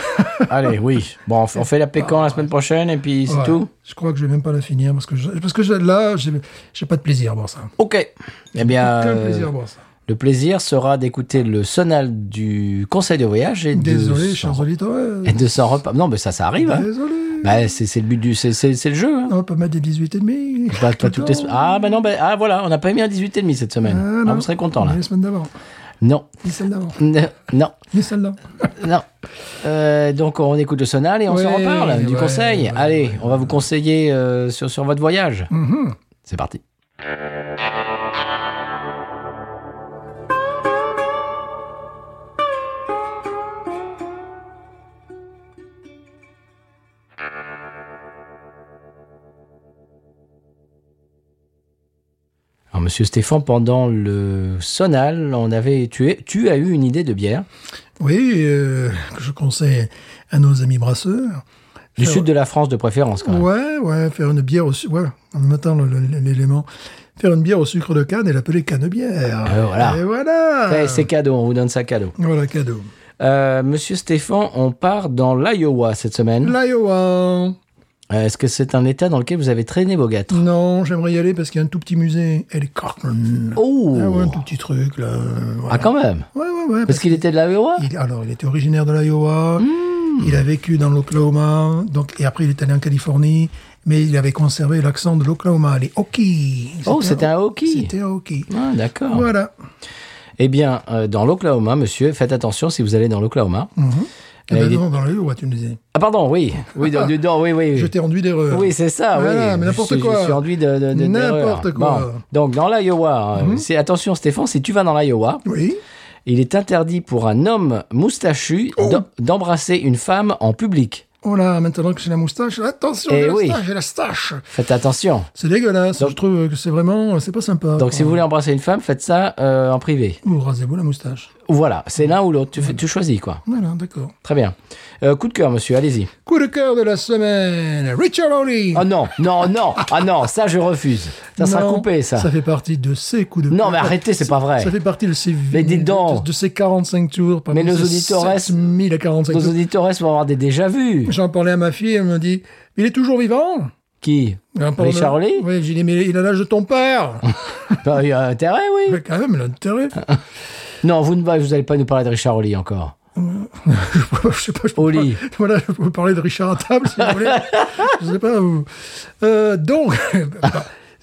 S1: Allez, oui. Bon, on, f- on fait la pécan la semaine prochaine et puis c'est
S2: Ouais.
S1: tout.
S2: Je crois que je vais même pas la finir, parce que, je- parce que je- là, j'ai j'ai pas de plaisir à boire ça.
S1: Ok. Eh bien,
S2: Aucun
S1: euh,
S2: plaisir à boire ça.
S1: le plaisir sera d'écouter le sonal du Conseil de voyage et de
S2: Désolé,
S1: s'en-
S2: chers auditeurs.
S1: et de s'en repas. Non, mais ça, ça arrive. hein.
S2: Désolé.
S1: Bah, c'est c'est le but du, c'est- c'est c'est le jeu. hein.
S2: On va pas mettre des 18 et demi.
S1: Pas, pas toutes les semaines. Ah, bah non, bah, ah, voilà, on n'a pas mis un 18,5 cette semaine. Ah,
S2: non.
S1: vous serez content là.
S2: Ni la semaine d'avant,
S1: Non,
S2: ni celle d'avant,
S1: Ne- non,
S2: ni celle-là.
S1: non. Euh, donc on écoute le sonal et on s'en
S2: Ouais,
S1: reparle du
S2: ouais,
S1: conseil.
S2: ouais,
S1: Allez,
S2: ouais.
S1: on va vous conseiller euh, sur, sur votre voyage.
S2: Mhm.
S1: C'est parti. Alors, Monsieur Stéphane, pendant le sonal, on avait tué. Tu as eu une idée de bière
S2: Oui, euh, que je conseille à nos amis brasseurs.
S1: du
S2: Faire-
S1: sud de la France de préférence, quand même.
S2: Ouais, ouais, faire une bière au sucre. Ouais, en même temps, le- le- l'élément. Faire une bière au sucre de canne et l'appeler canne-bière.
S1: Euh, voilà.
S2: Et voilà.
S1: Eh, C'est cadeau, on vous donne ça cadeau.
S2: Voilà, cadeau.
S1: Euh, Monsieur Stéphane, on part dans l'Iowa cette semaine.
S2: L'Iowa.
S1: Euh, Est-ce que c'est un état dans lequel vous avez traîné vos gâtres
S2: Non, j'aimerais y aller parce qu'il y a un tout petit musée. Elle est Corcoran.
S1: Oh
S2: Ah ouais, un tout petit truc, là. euh,
S1: Ah,
S2: voilà.
S1: quand même
S2: Ouais, ouais, ouais.
S1: Parce qu'il était Mmh. de l'Iowa
S2: Il- alors, il était originaire de l'Iowa. Il a vécu dans l'Oklahoma. Donc, et après, il est allé en Californie. Mais il avait conservé l'accent de l'Oklahoma, les Hokie.
S1: Oh, c'était un Hokie.
S2: C'était un Hokie.
S1: Ah, d'accord.
S2: Voilà.
S1: Eh bien, euh, dans l'Oklahoma, monsieur, faites attention si vous allez dans l'Oklahoma.
S2: Eh
S1: Euh,
S2: ben
S1: il est-
S2: non, dans l'Iowa, tu me disais.
S1: Ah, pardon, oui. Oui, dans, du- dans- oui, oui. oui.
S2: Je t'ai enduit d'erreur.
S1: Eh. Oui, c'est ça.
S2: Voilà,
S1: oui.
S2: mais n'importe
S1: Je suis-
S2: quoi.
S1: Je suis enduit de. de- de-
S2: N'importe
S1: d'erreur.
S2: quoi. Mm-hmm.
S1: Bon. Donc, dans l'Iowa, euh, c'est attention, Stéphane, si tu vas dans l'Iowa,
S2: Oui.
S1: il est interdit pour un homme moustachu d'em- d'embrasser une femme en public.
S2: Oh là, maintenant que j'ai la moustache, attention,
S1: Eh
S2: j'ai
S1: oui.
S2: la stache, j'ai la stache.
S1: Faites attention.
S2: C'est dégueulasse. je trouve que c'est vraiment, euh, c'est pas sympa.
S1: Donc, si vous voulez embrasser une femme, faites ça euh, en privé.
S2: Vous rasez-vous la moustache.
S1: Voilà, c'est l'un ou l'autre. Tu, fais-
S2: Mm.
S1: tu choisis, quoi.
S2: Voilà, d'accord.
S1: Très bien. Euh, coup de cœur, monsieur, allez-y.
S2: Coup de cœur de la semaine. Richard Hawley.
S1: Oh non, non, non, ah non, ça je refuse. Ça sera
S2: Non,
S1: coupé, ça.
S2: Ça fait partie de ces coups de
S1: Non,
S2: cœur.
S1: mais arrêtez, c'est pas vrai.
S2: Ça fait partie de ces
S1: Mais dites donc.
S2: de, de ces 45 tours. pardon,
S1: Mais nos
S2: ces
S1: auditeurs
S2: 7000 à 45
S1: Nos
S2: tours.
S1: auditeurs vont avoir des déjà-vus.
S2: J'en parlais à ma fille, elle me dit Il est toujours vivant
S1: Qui
S2: J'en parle-
S1: Richard Hawley
S2: Oui, j'ai dit Mais il a l'âge de ton
S1: <laughs>
S2: père
S1: Bah, Il y a intérêt, oui.
S2: Mais quand même, il a intérêt.
S1: Non, vous ne vous allez pas nous parler de Richard Oli encore.
S2: je sais pas, je peux
S1: Oli.
S2: pas- Voilà, je peux vous parler de Richard à table, si vous voulez. je sais pas. vous- Euh, donc, <laughs>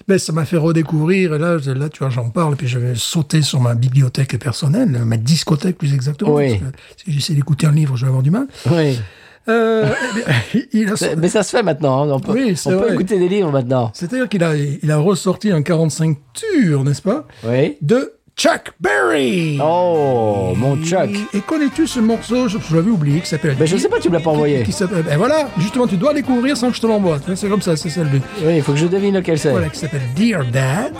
S2: ben, ça m'a fait redécouvrir. Et là, je- là, tu vois, j'en parle. Puis je vais sauter sur ma bibliothèque personnelle, ma discothèque plus exactement.
S1: Oui.
S2: parce que si j'essaie d'écouter un livre, je vais avoir du mal.
S1: Oui.
S2: Euh, eh bien, <laughs> il a-
S1: C'est- Mais ça se fait maintenant. hein. On peut,
S2: Oui, c'est
S1: on peut
S2: vrai.
S1: écouter des livres maintenant.
S2: C'est-à-dire qu'il a, il a ressorti un 45 tours, n'est-ce pas
S1: Oui.
S2: De Chuck Berry
S1: Oh, mon Chuck.
S2: Et, et connais-tu ce morceau Je, je l'avais oublié, qui s'appelle.
S1: Mais je sais pas, tu me l'as pas
S2: Qui-
S1: envoyé.
S2: qui s'appelle- ben voilà, justement, tu dois découvrir sans que je te l'envoie. Tu vois, C'est comme ça, c'est celle de.
S1: Oui, il faut que je devine lequel c'est.
S2: Voilà, qui s'appelle Dear Dad.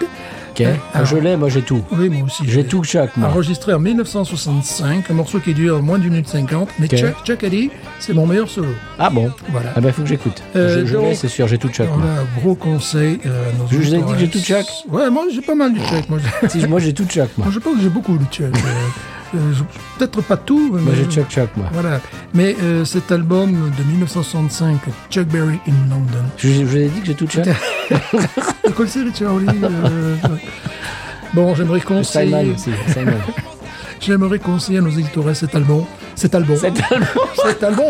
S2: Euh,
S1: Ok. Ah, je l'ai, moi j'ai tout.
S2: Oui, moi aussi.
S1: J'ai tout Chuck, moi.
S2: Enregistré en 1965, un morceau qui dure moins d'une minute cinquante. Mais
S1: Ok.
S2: Chuck, Chuck a dit, c'est mon meilleur solo.
S1: Ah bon
S2: Voilà.
S1: Ah ben, faut que j'écoute.
S2: Euh,
S1: je je
S2: donc-
S1: l'ai, c'est sûr, j'ai tout Chuck. moi.
S2: Voilà, gros conseil. euh, à nos
S1: Je vous ai
S2: auditeurs.
S1: dit que j'ai tout Chuck.
S2: Ouais, moi j'ai pas mal du
S1: <laughs>
S2: Chuck. Moi, je-
S1: Si, moi j'ai tout Chuck, moi.
S2: moi, je pense que j'ai beaucoup de Chuck. euh, euh, je- Peut-être pas tout, mais. euh,
S1: Moi j'ai Chuck Chuck, moi.
S2: Voilà. Mais euh, cet album de 1965, Chuck Berry in London,
S1: Je, je vous ai dit que j'ai tout Chuck.
S2: Vous connaissez Richard Hawley euh, ouais. Bon, j'aimerais
S1: Simon
S2: conseiller,
S1: aussi.
S2: <laughs>
S1: Simon.
S2: j'aimerais conseiller à nos éditeurs cet album. Cet album.
S1: Cet allemand,
S2: Cet album.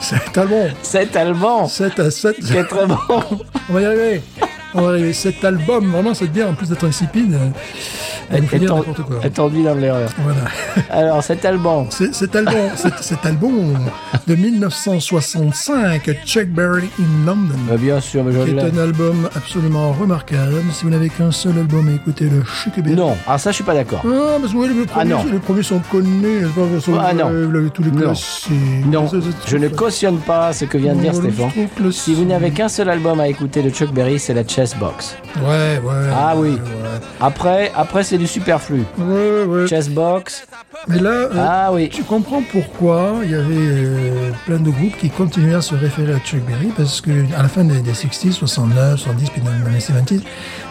S2: Cet album.
S1: cet allemand
S2: Cet, euh, cet-
S1: qui est très bon.
S2: On va y arriver. On va y arriver. Cet album, vraiment, cette bière, en plus d'être insipide, euh, elle nous fait dire
S1: Étend-
S2: n'importe quoi.
S1: Étendu dans l'erreur.
S2: Voilà.
S1: Alors cet allemand.
S2: C'est- Cet album, cet, cet album de 1965, Chuck Berry in London.
S1: Bah, bien sûr, mais je
S2: qui est
S1: l'ai.
S2: un album absolument remarquable. Si vous n'avez qu'un seul album à écouter, le Chuck Berry.
S1: Non, ah ça je suis pas d'accord.
S2: Ah, parce que oui, les, premiers,
S1: non.
S2: les premiers sont connus, n'est-ce pas, sont-
S1: Ah, non.
S2: euh, vous l'avez tous les
S1: Non.
S2: classiques.
S1: Non,
S2: Ça, ça,
S1: je ne cautionne pas ce que vient de dire
S2: Voilà,
S1: Stéphane.
S2: je trouve que le-
S1: Si vous n'avez qu'un seul album à écouter de Chuck Berry, c'est la Chess Box.
S2: Ouais, ouais.
S1: Ah
S2: ouais,
S1: oui. Après, après c'est du superflu.
S2: Ouais, ouais. ouais.
S1: Chess Box,
S2: Mais là, euh,
S1: Ah oui.
S2: tu comprends pourquoi il y avait euh, plein de groupes qui continuaient à se référer à Chuck Berry, parce que à la fin des, des 60s, 69, 70, puis dans les années 70,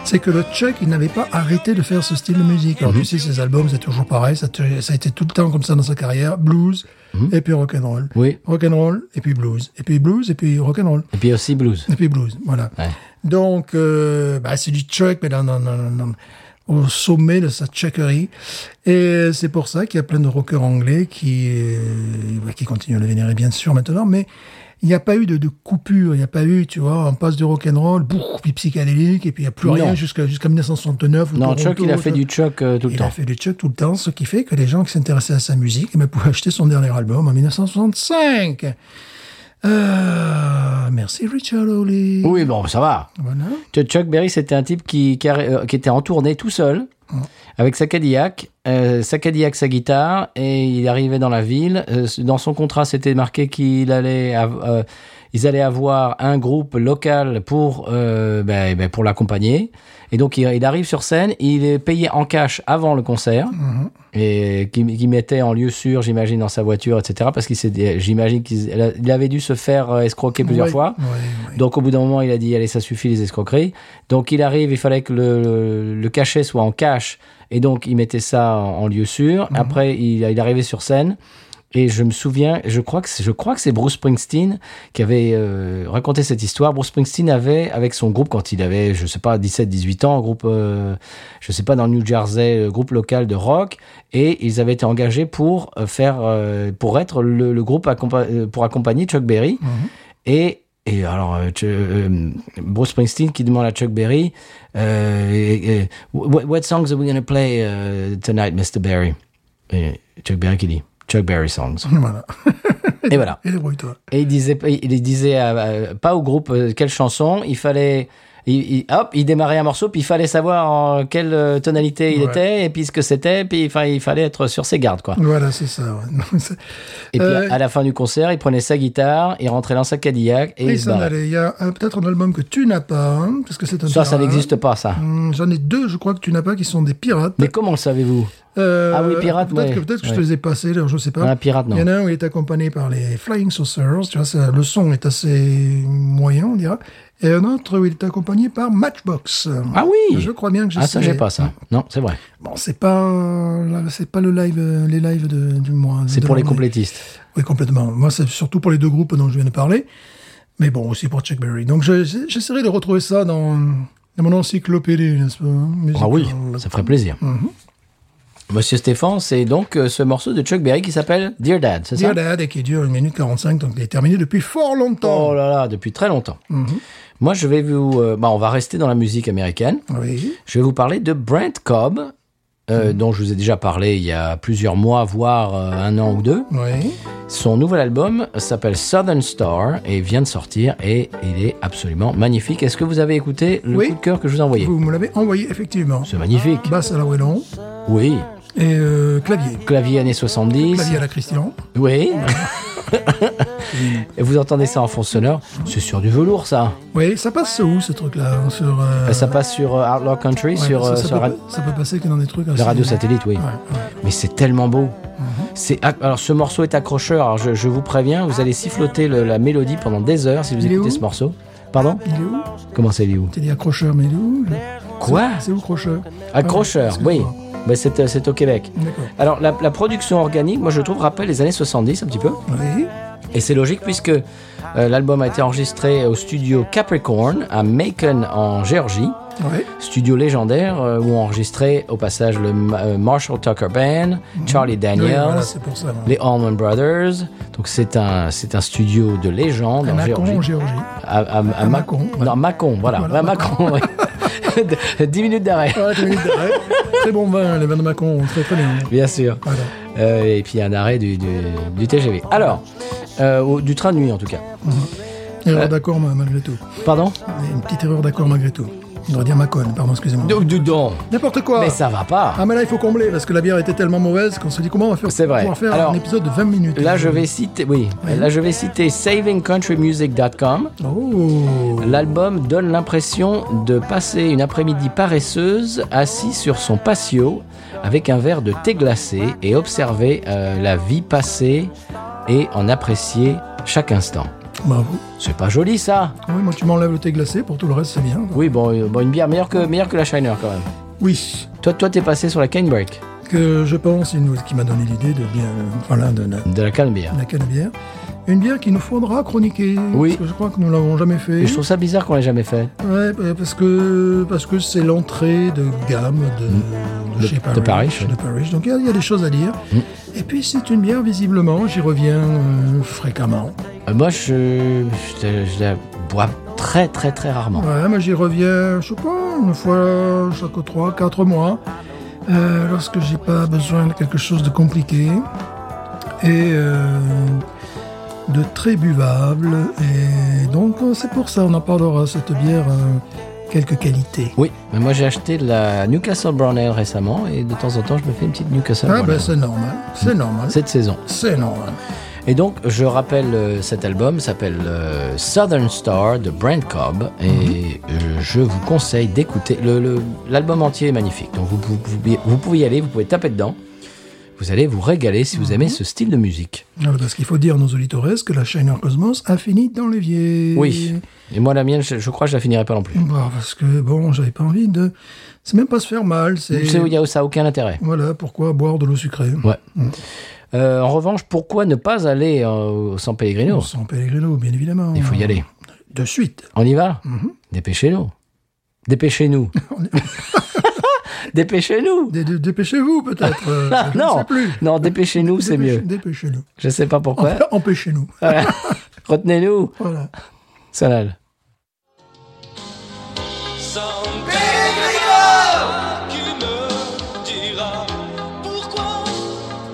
S2: c'est que le Chuck, il n'avait pas arrêté de faire ce style de musique.
S1: Mhm.
S2: Alors tu sais, ses albums, c'est toujours pareil, ça, te- ça a été tout le temps comme ça dans sa carrière, blues, et puis rock'n'roll.
S1: Mhm. Oui.
S2: Rock'n'roll, et puis blues, et puis blues, et puis rock'n'roll.
S1: Et puis aussi blues.
S2: Et puis blues, voilà.
S1: Ouais.
S2: Donc, euh, bah, c'est du Chuck, mais non, non, non, non, non. au sommet de sa chuckerie. Et c'est pour ça qu'il y a plein de rockers anglais qui, euh, bah, qui continuent à le vénérer, bien sûr, maintenant, mais il n'y a pas eu de, de coupure, il n'y a pas eu, tu vois, on passe du rock'n'roll, bouf, puis psychédélique, et puis il n'y a plus
S1: Non.
S2: rien jusqu'à jusqu'à 1969. ou
S1: Non,
S2: Toronto,
S1: Chuck, il a fait
S2: tu
S1: du Chuck euh, tout le
S2: il a
S1: temps.
S2: fait du Chuck tout le temps, ce qui fait que les gens qui s'intéressaient à sa musique eh ben, pouvaient acheter son dernier album en 1965. Euh, merci Richard Hawley.
S1: Oui, bon, ça va.
S2: Voilà.
S1: Ch- Chuck Berry, c'était un type qui, qui, a- euh, qui était en tournée tout seul, avec sa Cadillac, euh, sa Cadillac, sa guitare, et il arrivait dans la ville. Euh, dans son contrat, c'était marqué qu'il allait, av- euh, ils allaient avoir un groupe local pour, euh, ben, ben, pour l'accompagner. Et donc, il, il arrive sur scène, il est payé en cash avant le concert, et qui, qui mettait en lieu sûr, j'imagine, dans sa voiture, etc. Parce qu'il s'est- j'imagine qu'il il avait dû se faire euh, escroquer plusieurs
S2: Ouais,
S1: fois.
S2: ouais, ouais.
S1: Donc au bout d'un moment, il a dit allez, ça suffit les escroqueries. Donc il arrive, il fallait que le, le cachet soit en cash, et donc il mettait ça en, en lieu sûr. Après, il, il arrivait sur scène. Et je me souviens, je crois que c'est- je crois que c'est Bruce Springsteen qui avait euh, raconté cette histoire. Bruce Springsteen avait avec son groupe quand il avait je sais pas 17 18 ans, un groupe euh, je sais pas dans le New Jersey, euh, groupe local de rock et ils avaient été engagés pour euh, faire euh, pour être le, le groupe accompa- euh, pour accompagner Chuck Berry. Et, et alors, euh, Ch- euh, Bruce Springsteen qui demande à Chuck Berry, euh, et- et, what, what songs are we going to play euh, tonight, Mr. Berry? Et Chuck Berry qui dit, Chuck Berry
S2: <laughs>
S1: songs.
S2: Voilà.
S1: Et voilà.
S2: Et débrouille-toi.
S1: Et il disait, il disait à- à- pas au groupe euh, quelle chanson, il fallait. Il, il- hop, il démarrait un morceau, puis il fallait savoir en quelle euh, tonalité il
S2: Ouais.
S1: était, et puis ce que c'était, puis enfin, il fallait être sur ses gardes, quoi.
S2: Voilà, c'est ça. ouais. Non, c'est-
S1: Et puis
S2: Euh,
S1: à, à la fin du concert, il prenait sa guitare, il rentrait dans sa Cadillac, et
S2: et
S1: il se
S2: s'en
S1: barrait.
S2: allait. Il y a un- peut-être un album que tu n'as pas, hein, parce que c'est un
S1: Ça, ça
S2: pirate.
S1: n'existe pas, ça.
S2: Hum, J'en ai deux, je crois, que tu n'as pas, qui sont des pirates.
S1: Mais comment le savez-vous
S2: Euh,
S1: Ah oui, pirates,
S2: Peut-être
S1: ouais.
S2: que, peut que je te
S1: Ouais.
S2: les ai passés, alors je ne sais pas.
S1: Ah, pirate, non.
S2: Il y en a un où il est accompagné par les Flying Saucers, tu vois, ça- le son est assez moyen, on dira. Et un autre où il est accompagné par Matchbox.
S1: Ah oui
S2: Je Mm. crois bien que j'ai
S1: Ah, ça, j'ai pas ça. Non, c'est vrai.
S2: Bon, c'est pas, euh, là, c'est pas le live, euh, les lives de- du mois.
S1: C'est
S2: de
S1: pour les
S2: l'année.
S1: complétistes.
S2: Oui, complètement. Moi, c'est surtout pour les deux groupes dont je viens de parler, mais bon, aussi pour Chuck Berry. Donc, je- je- j'essaierai de retrouver ça dans, dans mon encyclopédie, n'est-ce pas hein,
S1: Ah oui,
S2: musicale.
S1: ça ferait plaisir.
S2: Mm-hmm.
S1: Monsieur Stéphane, c'est donc euh, ce morceau de Chuck Berry qui s'appelle Dear Dad, c'est ça
S2: Dear Dad, et qui dure 1 minute 45, donc il est terminé depuis fort longtemps.
S1: Oh là là, depuis très longtemps.
S2: Mm-hmm.
S1: Moi, je vais vous... euh, bah, on va rester dans la musique américaine.
S2: Oui.
S1: Je vais vous parler de Brent Cobb, euh,
S2: Mm-hmm.
S1: dont je vous ai déjà parlé il y a plusieurs mois, voire euh, un an ou deux.
S2: Oui.
S1: Son nouvel album s'appelle Southern Star et vient de sortir et il est absolument magnifique. Est-ce que vous avez écouté le
S2: Oui.
S1: coup de cœur que je vous ai envoyé
S2: Vous me l'avez envoyé, effectivement.
S1: C'est magnifique.
S2: Basse à la Wellon
S1: Oui.
S2: et euh, clavier.
S1: Clavier années 70.
S2: Clavier à la Christian.
S1: Oui. Et vous entendez ça en fond sonore C'est sur du velours, ça.
S2: Oui, ça passe où ce truc-là sur, euh,
S1: Ça passe sur euh, Outlaw Country,
S2: ouais,
S1: sur,
S2: ça,
S1: euh,
S2: ça
S1: sur
S2: peut,
S1: ra-
S2: ça peut passer que dans des trucs.
S1: la
S2: assez-
S1: radio satellite, oui.
S2: Ouais, Mm-hmm. ouais.
S1: Mais c'est tellement beau. C'est ac- alors ce morceau est accrocheur. Alors, je, je vous préviens, vous allez siffloter le- la mélodie pendant des heures si vous
S2: Il est
S1: écoutez
S2: où
S1: ce morceau. Pardon
S2: Il est où
S1: Comment c'est, il est où
S2: T'as dit accrocheur, mais il est où le-
S1: Quoi
S2: C'est où Crocheur
S1: Accrocheur,
S2: Ah,
S1: oui.
S2: excuse-moi.
S1: Bah, c'est euh, c'est au Québec.
S2: D'accord.
S1: Alors la, la production organique, moi je trouve rappelle les années 70 un petit peu.
S2: Oui.
S1: Et c'est logique puisque euh, l'album a été enregistré au studio Capricorn à Macon en Géorgie,
S2: Oui.
S1: studio légendaire euh, où ont enregistré au passage le Ma- euh, Marshall Tucker Band, Charlie
S2: Oui,
S1: Daniels,
S2: voilà, c'est pour ça. hein.
S1: les Allman Brothers. Donc c'est un c'est un studio de légende
S2: Un
S1: en
S2: Macon en
S1: Géorgie.
S2: Géorgie.
S1: À, à- à Ma-
S2: Macon, ouais.
S1: Non, Macon, voilà.
S2: Voilà,
S1: Ouais, Macon, oui. <laughs> 10 minutes d'arrêt.
S2: Ah, t'as une idée, ouais. très bon vin, les vins de Macon, très très bien.
S1: Bien sûr.
S2: Voilà.
S1: Euh, et puis un arrêt du, du, du TGV. Alors, euh, au- du train de nuit en tout cas.
S2: Erreur d'accord ma- malgré tout.
S1: Pardon
S2: Une petite erreur d'accord malgré tout. On devrait dire Macon, pardon, excusez-moi.
S1: Du, du don.
S2: N'importe quoi.
S1: Mais ça va pas.
S2: Ah mais là il faut combler parce que la bière était tellement mauvaise qu'on se dit comment on va faire
S1: C'est vrai.
S2: pouvoir faire
S1: Alors,
S2: un épisode de 20 minutes.
S1: Là, je vais citer, oui, là, je vais citer savingcountrymusic.com.
S2: Oh.
S1: L'album donne l'impression de passer une après-midi paresseuse assis sur son patio avec un verre de thé glacé et observer euh, la vie passer et en apprécier chaque instant.
S2: Bravo. Ah
S1: C'est pas joli ça
S2: Oui, moi, tu m'enlèves le thé glacé, pour tout le reste, c'est bien.
S1: Oui, bon, euh, bon, une bière meilleure que, meilleure que la Shiner quand même.
S2: Oui,
S1: Toi, toi, t'es passé sur la Canebrake,
S2: que je pense, il nous- qui m'a donné l'idée de bien. euh, Voilà, de la,
S1: de la Canebière.
S2: la canne à bière. Une bière qu'il nous faudra chroniquer.
S1: Oui.
S2: Parce que je crois que nous l'avons jamais fait.
S1: Et je trouve ça bizarre qu'on l'ait jamais fait.
S2: Ouais, bah, parce que parce que c'est l'entrée de gamme de,
S1: Mm. De-
S2: chez
S1: de
S2: Parrish,
S1: Parrish, oui. Mm.
S2: de Parrish. Donc il y, a- il y a des choses à dire. Et puis c'est une bière visiblement, j'y reviens euh, fréquemment.
S1: Euh, moi, je, je, la- je la bois très, très, très rarement.
S2: Ouais, mais j'y reviens, je sais pas, une fois chaque 3 4 mois, euh, lorsque j'ai pas besoin de quelque chose de compliqué et euh, de très buvable. Et donc euh, c'est pour ça, on en parlera cette bière euh, quelques qualités.
S1: Oui, mais moi j'ai acheté de la Newcastle Brown Ale récemment et de temps en temps je me fais une petite Newcastle
S2: Ah
S1: Brown
S2: ben
S1: Ale
S2: c'est normal, c'est
S1: Mm.
S2: normal.
S1: cette saison.
S2: C'est normal.
S1: Et donc je rappelle euh, cet album s'appelle euh, Southern Star de Brent Cobb et euh, je vous conseille d'écouter le- le- l'album entier est magnifique. Donc vous, vous- vous pouvez- vous pouvez y aller, vous pouvez taper dedans. Vous allez vous régaler si vous aimez ce style de musique.
S2: Ah, Parce qu'il faut dire nos auditeurs que la Shiner Cosmos a fini dans l'évier.
S1: Oui. Et moi la mienne, je, je crois que je la finirai pas non plus.
S2: Bah, parce que bon, j'avais pas envie de. C'est même pas se faire mal. C'est.
S1: Tu sais, il y a- ça a aucun intérêt.
S2: Voilà pourquoi boire de l'eau sucrée.
S1: Ouais. Euh, en revanche, pourquoi ne pas aller euh, au San Pellegrino
S2: Sans Pellegrino, bien évidemment.
S1: Il faut y aller.
S2: De suite.
S1: On y va
S2: Mm-hmm.
S1: Dépêchez-nous.
S2: <laughs>
S1: Dépêchez-nous. dépêchez-nous.
S2: Dé- dé- Dépêchez-vous
S1: <laughs>
S2: peut-être. euh, je
S1: non,
S2: ne sais plus.
S1: non, dépêchez-nous, c'est
S2: Dépêche-
S1: mieux.
S2: Dépêchez-nous.
S1: Je sais pas pourquoi. <laughs>
S2: Enfin, Empêchez-nous.
S1: Voilà. Retenez-nous,
S2: <laughs> Voilà.
S1: Solal.
S4: Sans Pellegrino, qui me dira pourquoi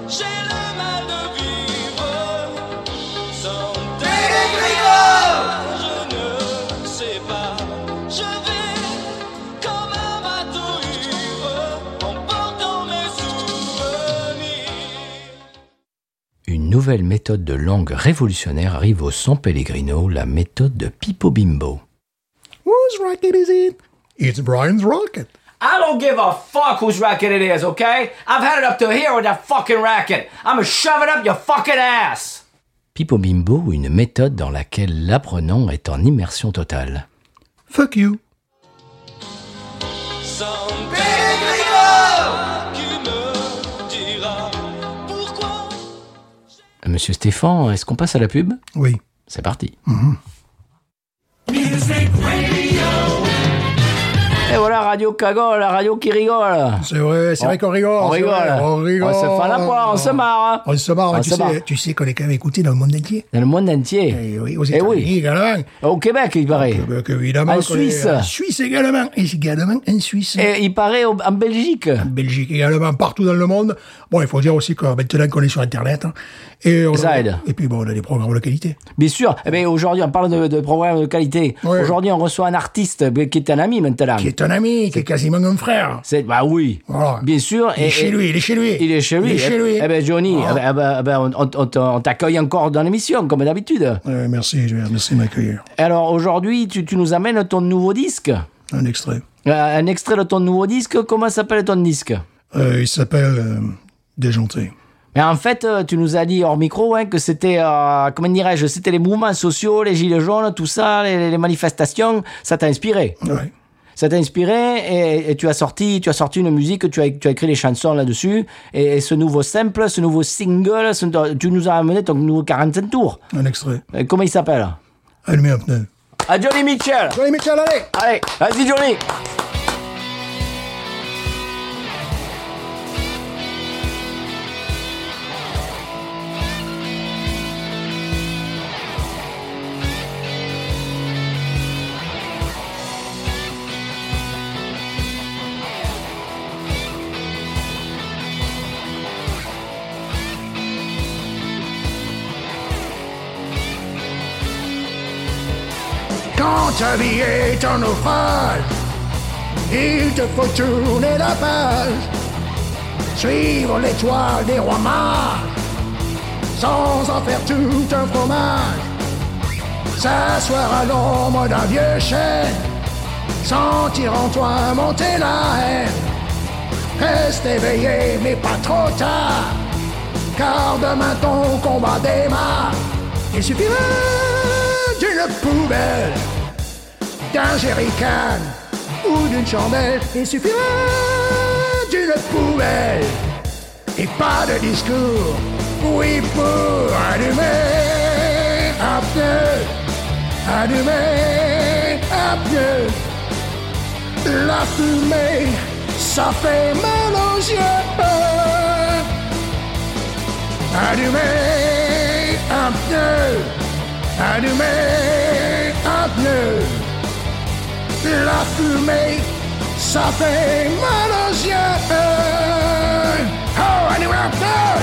S4: j'ai le mal de vivre Sans Pellegrino, je ne sais pas, je vais comme un bateau ivre en portant mes souvenirs.
S1: Une nouvelle méthode de langue révolutionnaire arrive au San Pellegrino, la méthode de Pipo Bimbo.
S2: Whose rocket is it? It's Brian's rocket.
S5: I don't give a fuck whose racket it is, okay? I've had it up to here with that fucking racket. I'ma shove it up your fucking ass.
S1: Pipo Bimbo, une méthode dans laquelle l'apprenant est en immersion totale.
S2: Fuck you.
S4: Sans Pellegrino, qui me dira pourquoi
S1: Monsieur Stéphane, est-ce qu'on passe à la pub
S2: Oui.
S1: C'est parti. Et voilà Radio Cagole, la radio qui rigole.
S2: C'est vrai, c'est vrai qu'on rigole.
S1: On
S2: c'est
S1: rigole.
S2: vrai, On rigole.
S1: On se fait la poire, on se marre. hein.
S2: On se marre,
S1: On
S2: tu,
S1: se
S2: sais,
S1: marre.
S2: tu sais qu'on est quand même écouté dans le monde entier.
S1: Dans le monde entier.
S2: Et oui, aux
S1: Eh oui.
S2: États-Unis également.
S1: Au Québec, il paraît.
S2: Eh ben, qu'évidemment
S1: En
S2: qu'on est-
S1: Suisse. Eh.
S2: en Suisse également. Et également en Suisse.
S1: Et il paraît au- en Belgique.
S2: Belgique également, partout dans le monde. Bon, il faut dire aussi que maintenant qu'on est sur Internet. hein, et, on
S1: Ça
S2: a-
S1: aide.
S2: et puis, bon, on a des programmes de qualité.
S1: Bien sûr. Eh bien, aujourd'hui, on parle de, de programme de qualité.
S2: Ouais.
S1: Aujourd'hui, on reçoit un artiste euh, qui est un ami maintenant.
S2: Qui est un ami, qui est quasiment un frère.
S1: C'est bah oui.
S2: Voilà.
S1: Bien sûr.
S2: Il est chez lui, il est chez lui.
S1: Il est chez lui.
S2: Il est chez
S1: Eh-
S2: lui. Ah.
S1: Eh ben Johnny,
S2: Voilà.
S1: eh ben, eh ben, eh ben, on- on- on t- on t'accueille encore dans l'émission comme d'habitude.
S2: Euh, merci, Gilbert, merci de m'accueillir.
S1: Alors aujourd'hui, tu, tu nous amènes ton nouveau disque.
S2: Un extrait.
S1: Euh, un extrait de ton nouveau disque. Comment s'appelle ton disque
S2: Euh, il s'appelle euh, Déjanté.
S1: Mais en fait, euh, tu nous as dit hors micro hein, que c'était, euh, comment dirais-je, c'était les mouvements sociaux, les gilets jaunes, tout ça, les, les manifestations. Ça t'a inspiré.
S2: Ouais.
S1: Ça t'a inspiré et, et tu as sorti, tu as sorti une musique, tu as, tu as écrit les chansons là-dessus. Et, et ce nouveau simple, ce nouveau single, ce- tu nous as amené ton nouveau 45 tours.
S2: Un extrait.
S1: Euh, Comment il s'appelle
S2: Allumez un pneu.
S1: À Johnny Mitchell.
S2: Allez, Michel, allez
S1: Allez, vas-y Johnny.
S2: Quand ta vie est un naufrage, il te faut tourner la page, suivre l'étoile des rois mages, sans en faire tout un fromage, s'asseoir à l'ombre d'un vieux chêne, sentir en toi monter la haine,
S6: Reste éveillé, mais pas trop tard. Car demain ton combat démarre. Il suffira d'une poubelle, d'un jerrycan ou d'une chandelle. Il suffira d'une poubelle et pas de discours. Oui, pour allumer un pneu, allumer un pneu. La fumée, ça fait mal aux yeux. Allumer un pneu, allumer un pneu. La fumée, ça fait mal aux yeux. Oh, allumer un pneu!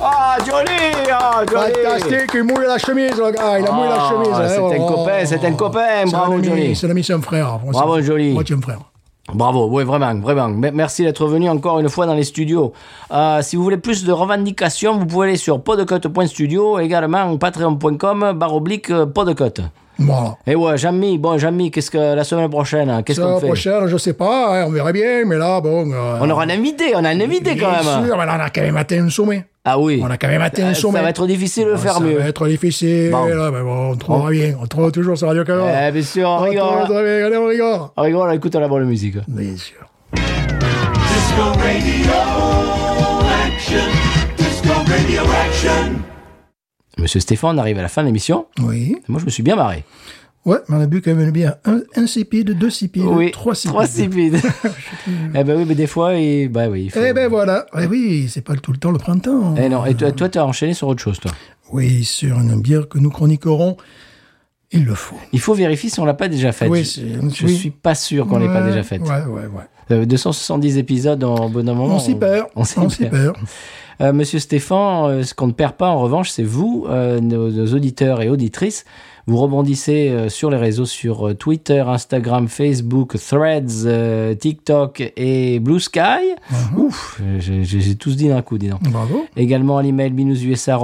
S5: Ah, Johnny Ah, Johnny
S2: Fantastique, il mouille la chemise, le gars, il a mouillé la
S5: Ah,
S2: chemise. hein,
S5: C'était un
S2: oh.
S5: copain, c'était un copain.
S2: C'est un
S5: Bravo,
S2: ami,
S5: Johnny.
S2: C'est un ami, c'est un frère. Moi,
S1: Bravo,
S2: c'est-
S1: Johnny.
S2: Moi, tu es un frère.
S1: Ah, Bravo, oui, vraiment, vraiment. Me- Merci d'être venu encore une fois dans les studios. Euh, si vous voulez plus de revendications, vous pouvez aller sur podcut.studio, également patreon.com, barre oblique euh, podcut.
S2: Voilà.
S1: Et ouais, Jamy, bon, Jamy, qu'est-ce que la semaine prochaine, hein, qu'est-ce qu'on
S2: La
S1: fait
S2: prochaine, je sais pas, hein, on verra bien, mais là, bon. euh,
S1: On aura un invité, on a un invité quand
S2: Bien
S1: même.
S2: sûr, mais là, on a quand même atteint le sommet.
S1: Ah oui.
S2: On a quand même atteint
S1: Euh,
S2: le
S1: ça
S2: sommet.
S1: va être difficile de
S2: Ah,
S1: faire
S2: ça
S1: mieux.
S2: va être difficile,
S1: Bon.
S2: là, mais bon, on trouvera bien. On trouvera toujours sur Radio Canada.
S1: Eh, bien sûr, on
S2: on
S1: rigole.
S2: trouvera très bien. Allez, on rigole.
S1: On rigole, on Ah, écoute la bonne musique.
S2: Bien sûr.
S4: Disco radio action. Disco radio action.
S1: Monsieur Stéphane, on arrive à la fin de l'émission.
S2: Oui.
S1: Moi, je me suis bien marré.
S2: Ouais, mais on a bu quand même bien un, un cipide, deux cipides,
S1: oui.
S2: trois cipides.
S1: Trois
S2: <laughs>
S1: cipides. eh ben oui, mais des fois, il... bah oui. il faut-
S2: Eh ben voilà. Eh oui, c'est pas tout le temps le printemps.
S1: Eh non, et toi, toi, t'as enchaîné sur autre chose, toi.
S2: Oui, sur une bière que nous chroniquerons, il le faut.
S1: Il faut vérifier si on l'a pas déjà faite.
S2: Oui,
S1: je
S2: c'est-
S1: je
S2: oui.
S1: suis pas sûr qu'on l'ait pas
S2: Ouais,
S1: déjà faite.
S2: Ouais, ouais, ouais.
S1: Euh, 270 épisodes en bon moment.
S2: on s'y perd.
S1: Oh. On s'y perd.
S2: perd.
S1: Euh, Monsieur Stéphane, euh, ce qu'on ne perd pas en revanche, c'est vous, euh, nos, nos auditeurs et auditrices. Vous rebondissez euh, sur les réseaux, sur euh, Twitter, Instagram, Facebook, Threads, euh, TikTok et Blue Sky.
S2: Mhm.
S1: Ouf, euh, j'ai- j'ai j'ai tous dit d'un coup, dis donc.
S2: Bravo.
S1: Également à l'email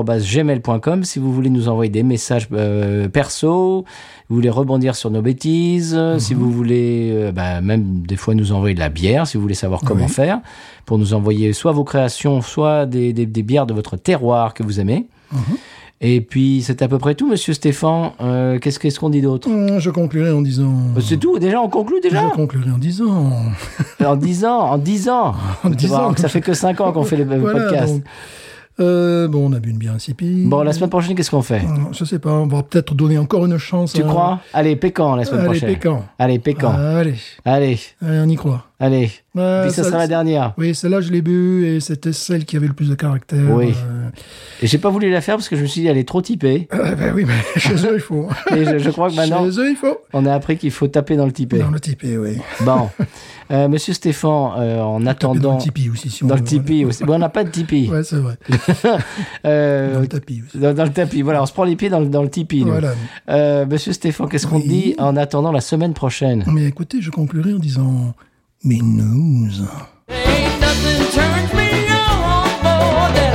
S1: binoususa.gmail.com si vous voulez nous envoyer des messages euh, perso, vous voulez rebondir sur nos bêtises, si
S2: Mhm.
S1: vous voulez euh, bah, même des fois nous envoyer de la bière, si vous voulez savoir comment
S2: Oui.
S1: faire, pour nous envoyer soit vos créations, soit des, des- des bières de votre terroir que vous aimez.
S2: Mhm.
S1: Et puis c'est à peu près tout, monsieur Stéphane. Euh, Qu'est-ce qu'est-ce qu'on dit d'autre Bah,
S2: Hum, Je conclurai en disant.
S1: C'est tout, déjà on conclut déjà
S2: Je conclurai en disant.
S1: En 10 ans, en 10 ans
S2: En
S1: Tu
S2: 10
S1: vois,
S2: ans.
S1: Ça fait que 5 ans qu'on
S2: <laughs>
S1: fait le le
S2: Voilà,
S1: podcast.
S2: donc. Euh, bon, on a bu une bière insipide.
S1: Bon, la semaine prochaine, qu'est-ce qu'on fait
S2: Hum, Je sais pas, on va peut-être donner encore une chance.
S1: Tu
S2: à-
S1: crois Allez, Pécan la semaine
S2: Allez,
S1: prochaine.
S2: Pécan. Ah.
S1: Allez, Pécan.
S2: Allez,
S1: Allez,
S2: allez, on y croit.
S1: allez.
S2: Ouais,
S1: Puis ça
S2: Ah, ça-
S1: sera la dernière.
S2: Oui, celle-là, je l'ai bu et c'était celle qui avait le plus de caractère.
S1: Oui.
S2: Euh,
S1: Et j'ai pas voulu la faire parce que je me suis dit, elle est trop typée.
S2: euh, <laughs> ben oui, mais chez eux, il faut.
S1: <laughs> Et je, je crois que
S2: <laughs>
S1: maintenant,
S2: Chez eux, il faut.
S1: on a appris qu'il faut taper dans le typé.
S2: Dans le Tipeee, oui.
S1: Bon. Euh, Monsieur Stéphane, euh, en
S2: Taper
S1: attendant.
S2: Dans le Tipeee aussi. Si on
S1: Dans le
S2: veut,
S1: Tipeee aussi. Bon, on n'a pas de Tipeee.
S2: voilà. Ouais,
S1: <laughs>
S2: c'est vrai.
S1: Euh,
S2: Dans le tapis aussi.
S1: dans, dans le tapis. Voilà, on se prend les pieds dans, le- dans le Tipeee. nous.
S2: Voilà.
S1: Euh, Monsieur Stéphane, qu'est-ce qu'on
S2: Oui.
S1: dit en attendant la semaine prochaine
S2: Mais écoutez, je conclurai en disant. Mais nous.
S4: Ain't nothing turns me on more than a,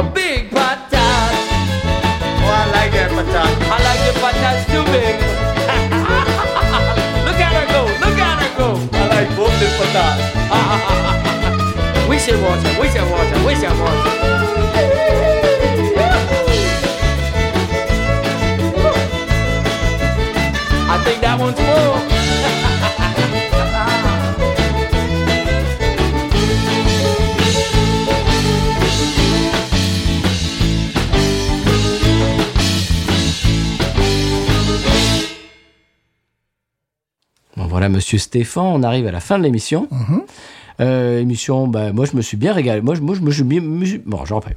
S4: a big patat. Oh, I like that patat. I like the patats too big. <laughs> look at her go, look at her go. I like both the <laughs> patats. we should watch her, we should watch her, we should watch her. I think that one's full.
S1: Bon, voilà, monsieur Stéphane, on arrive à la fin de ben, l'émission. Euh, émission, bah, moi je me suis bien régalé. Moi, je, moi, je me suis bien. me suis- Bon, j'en rappelle.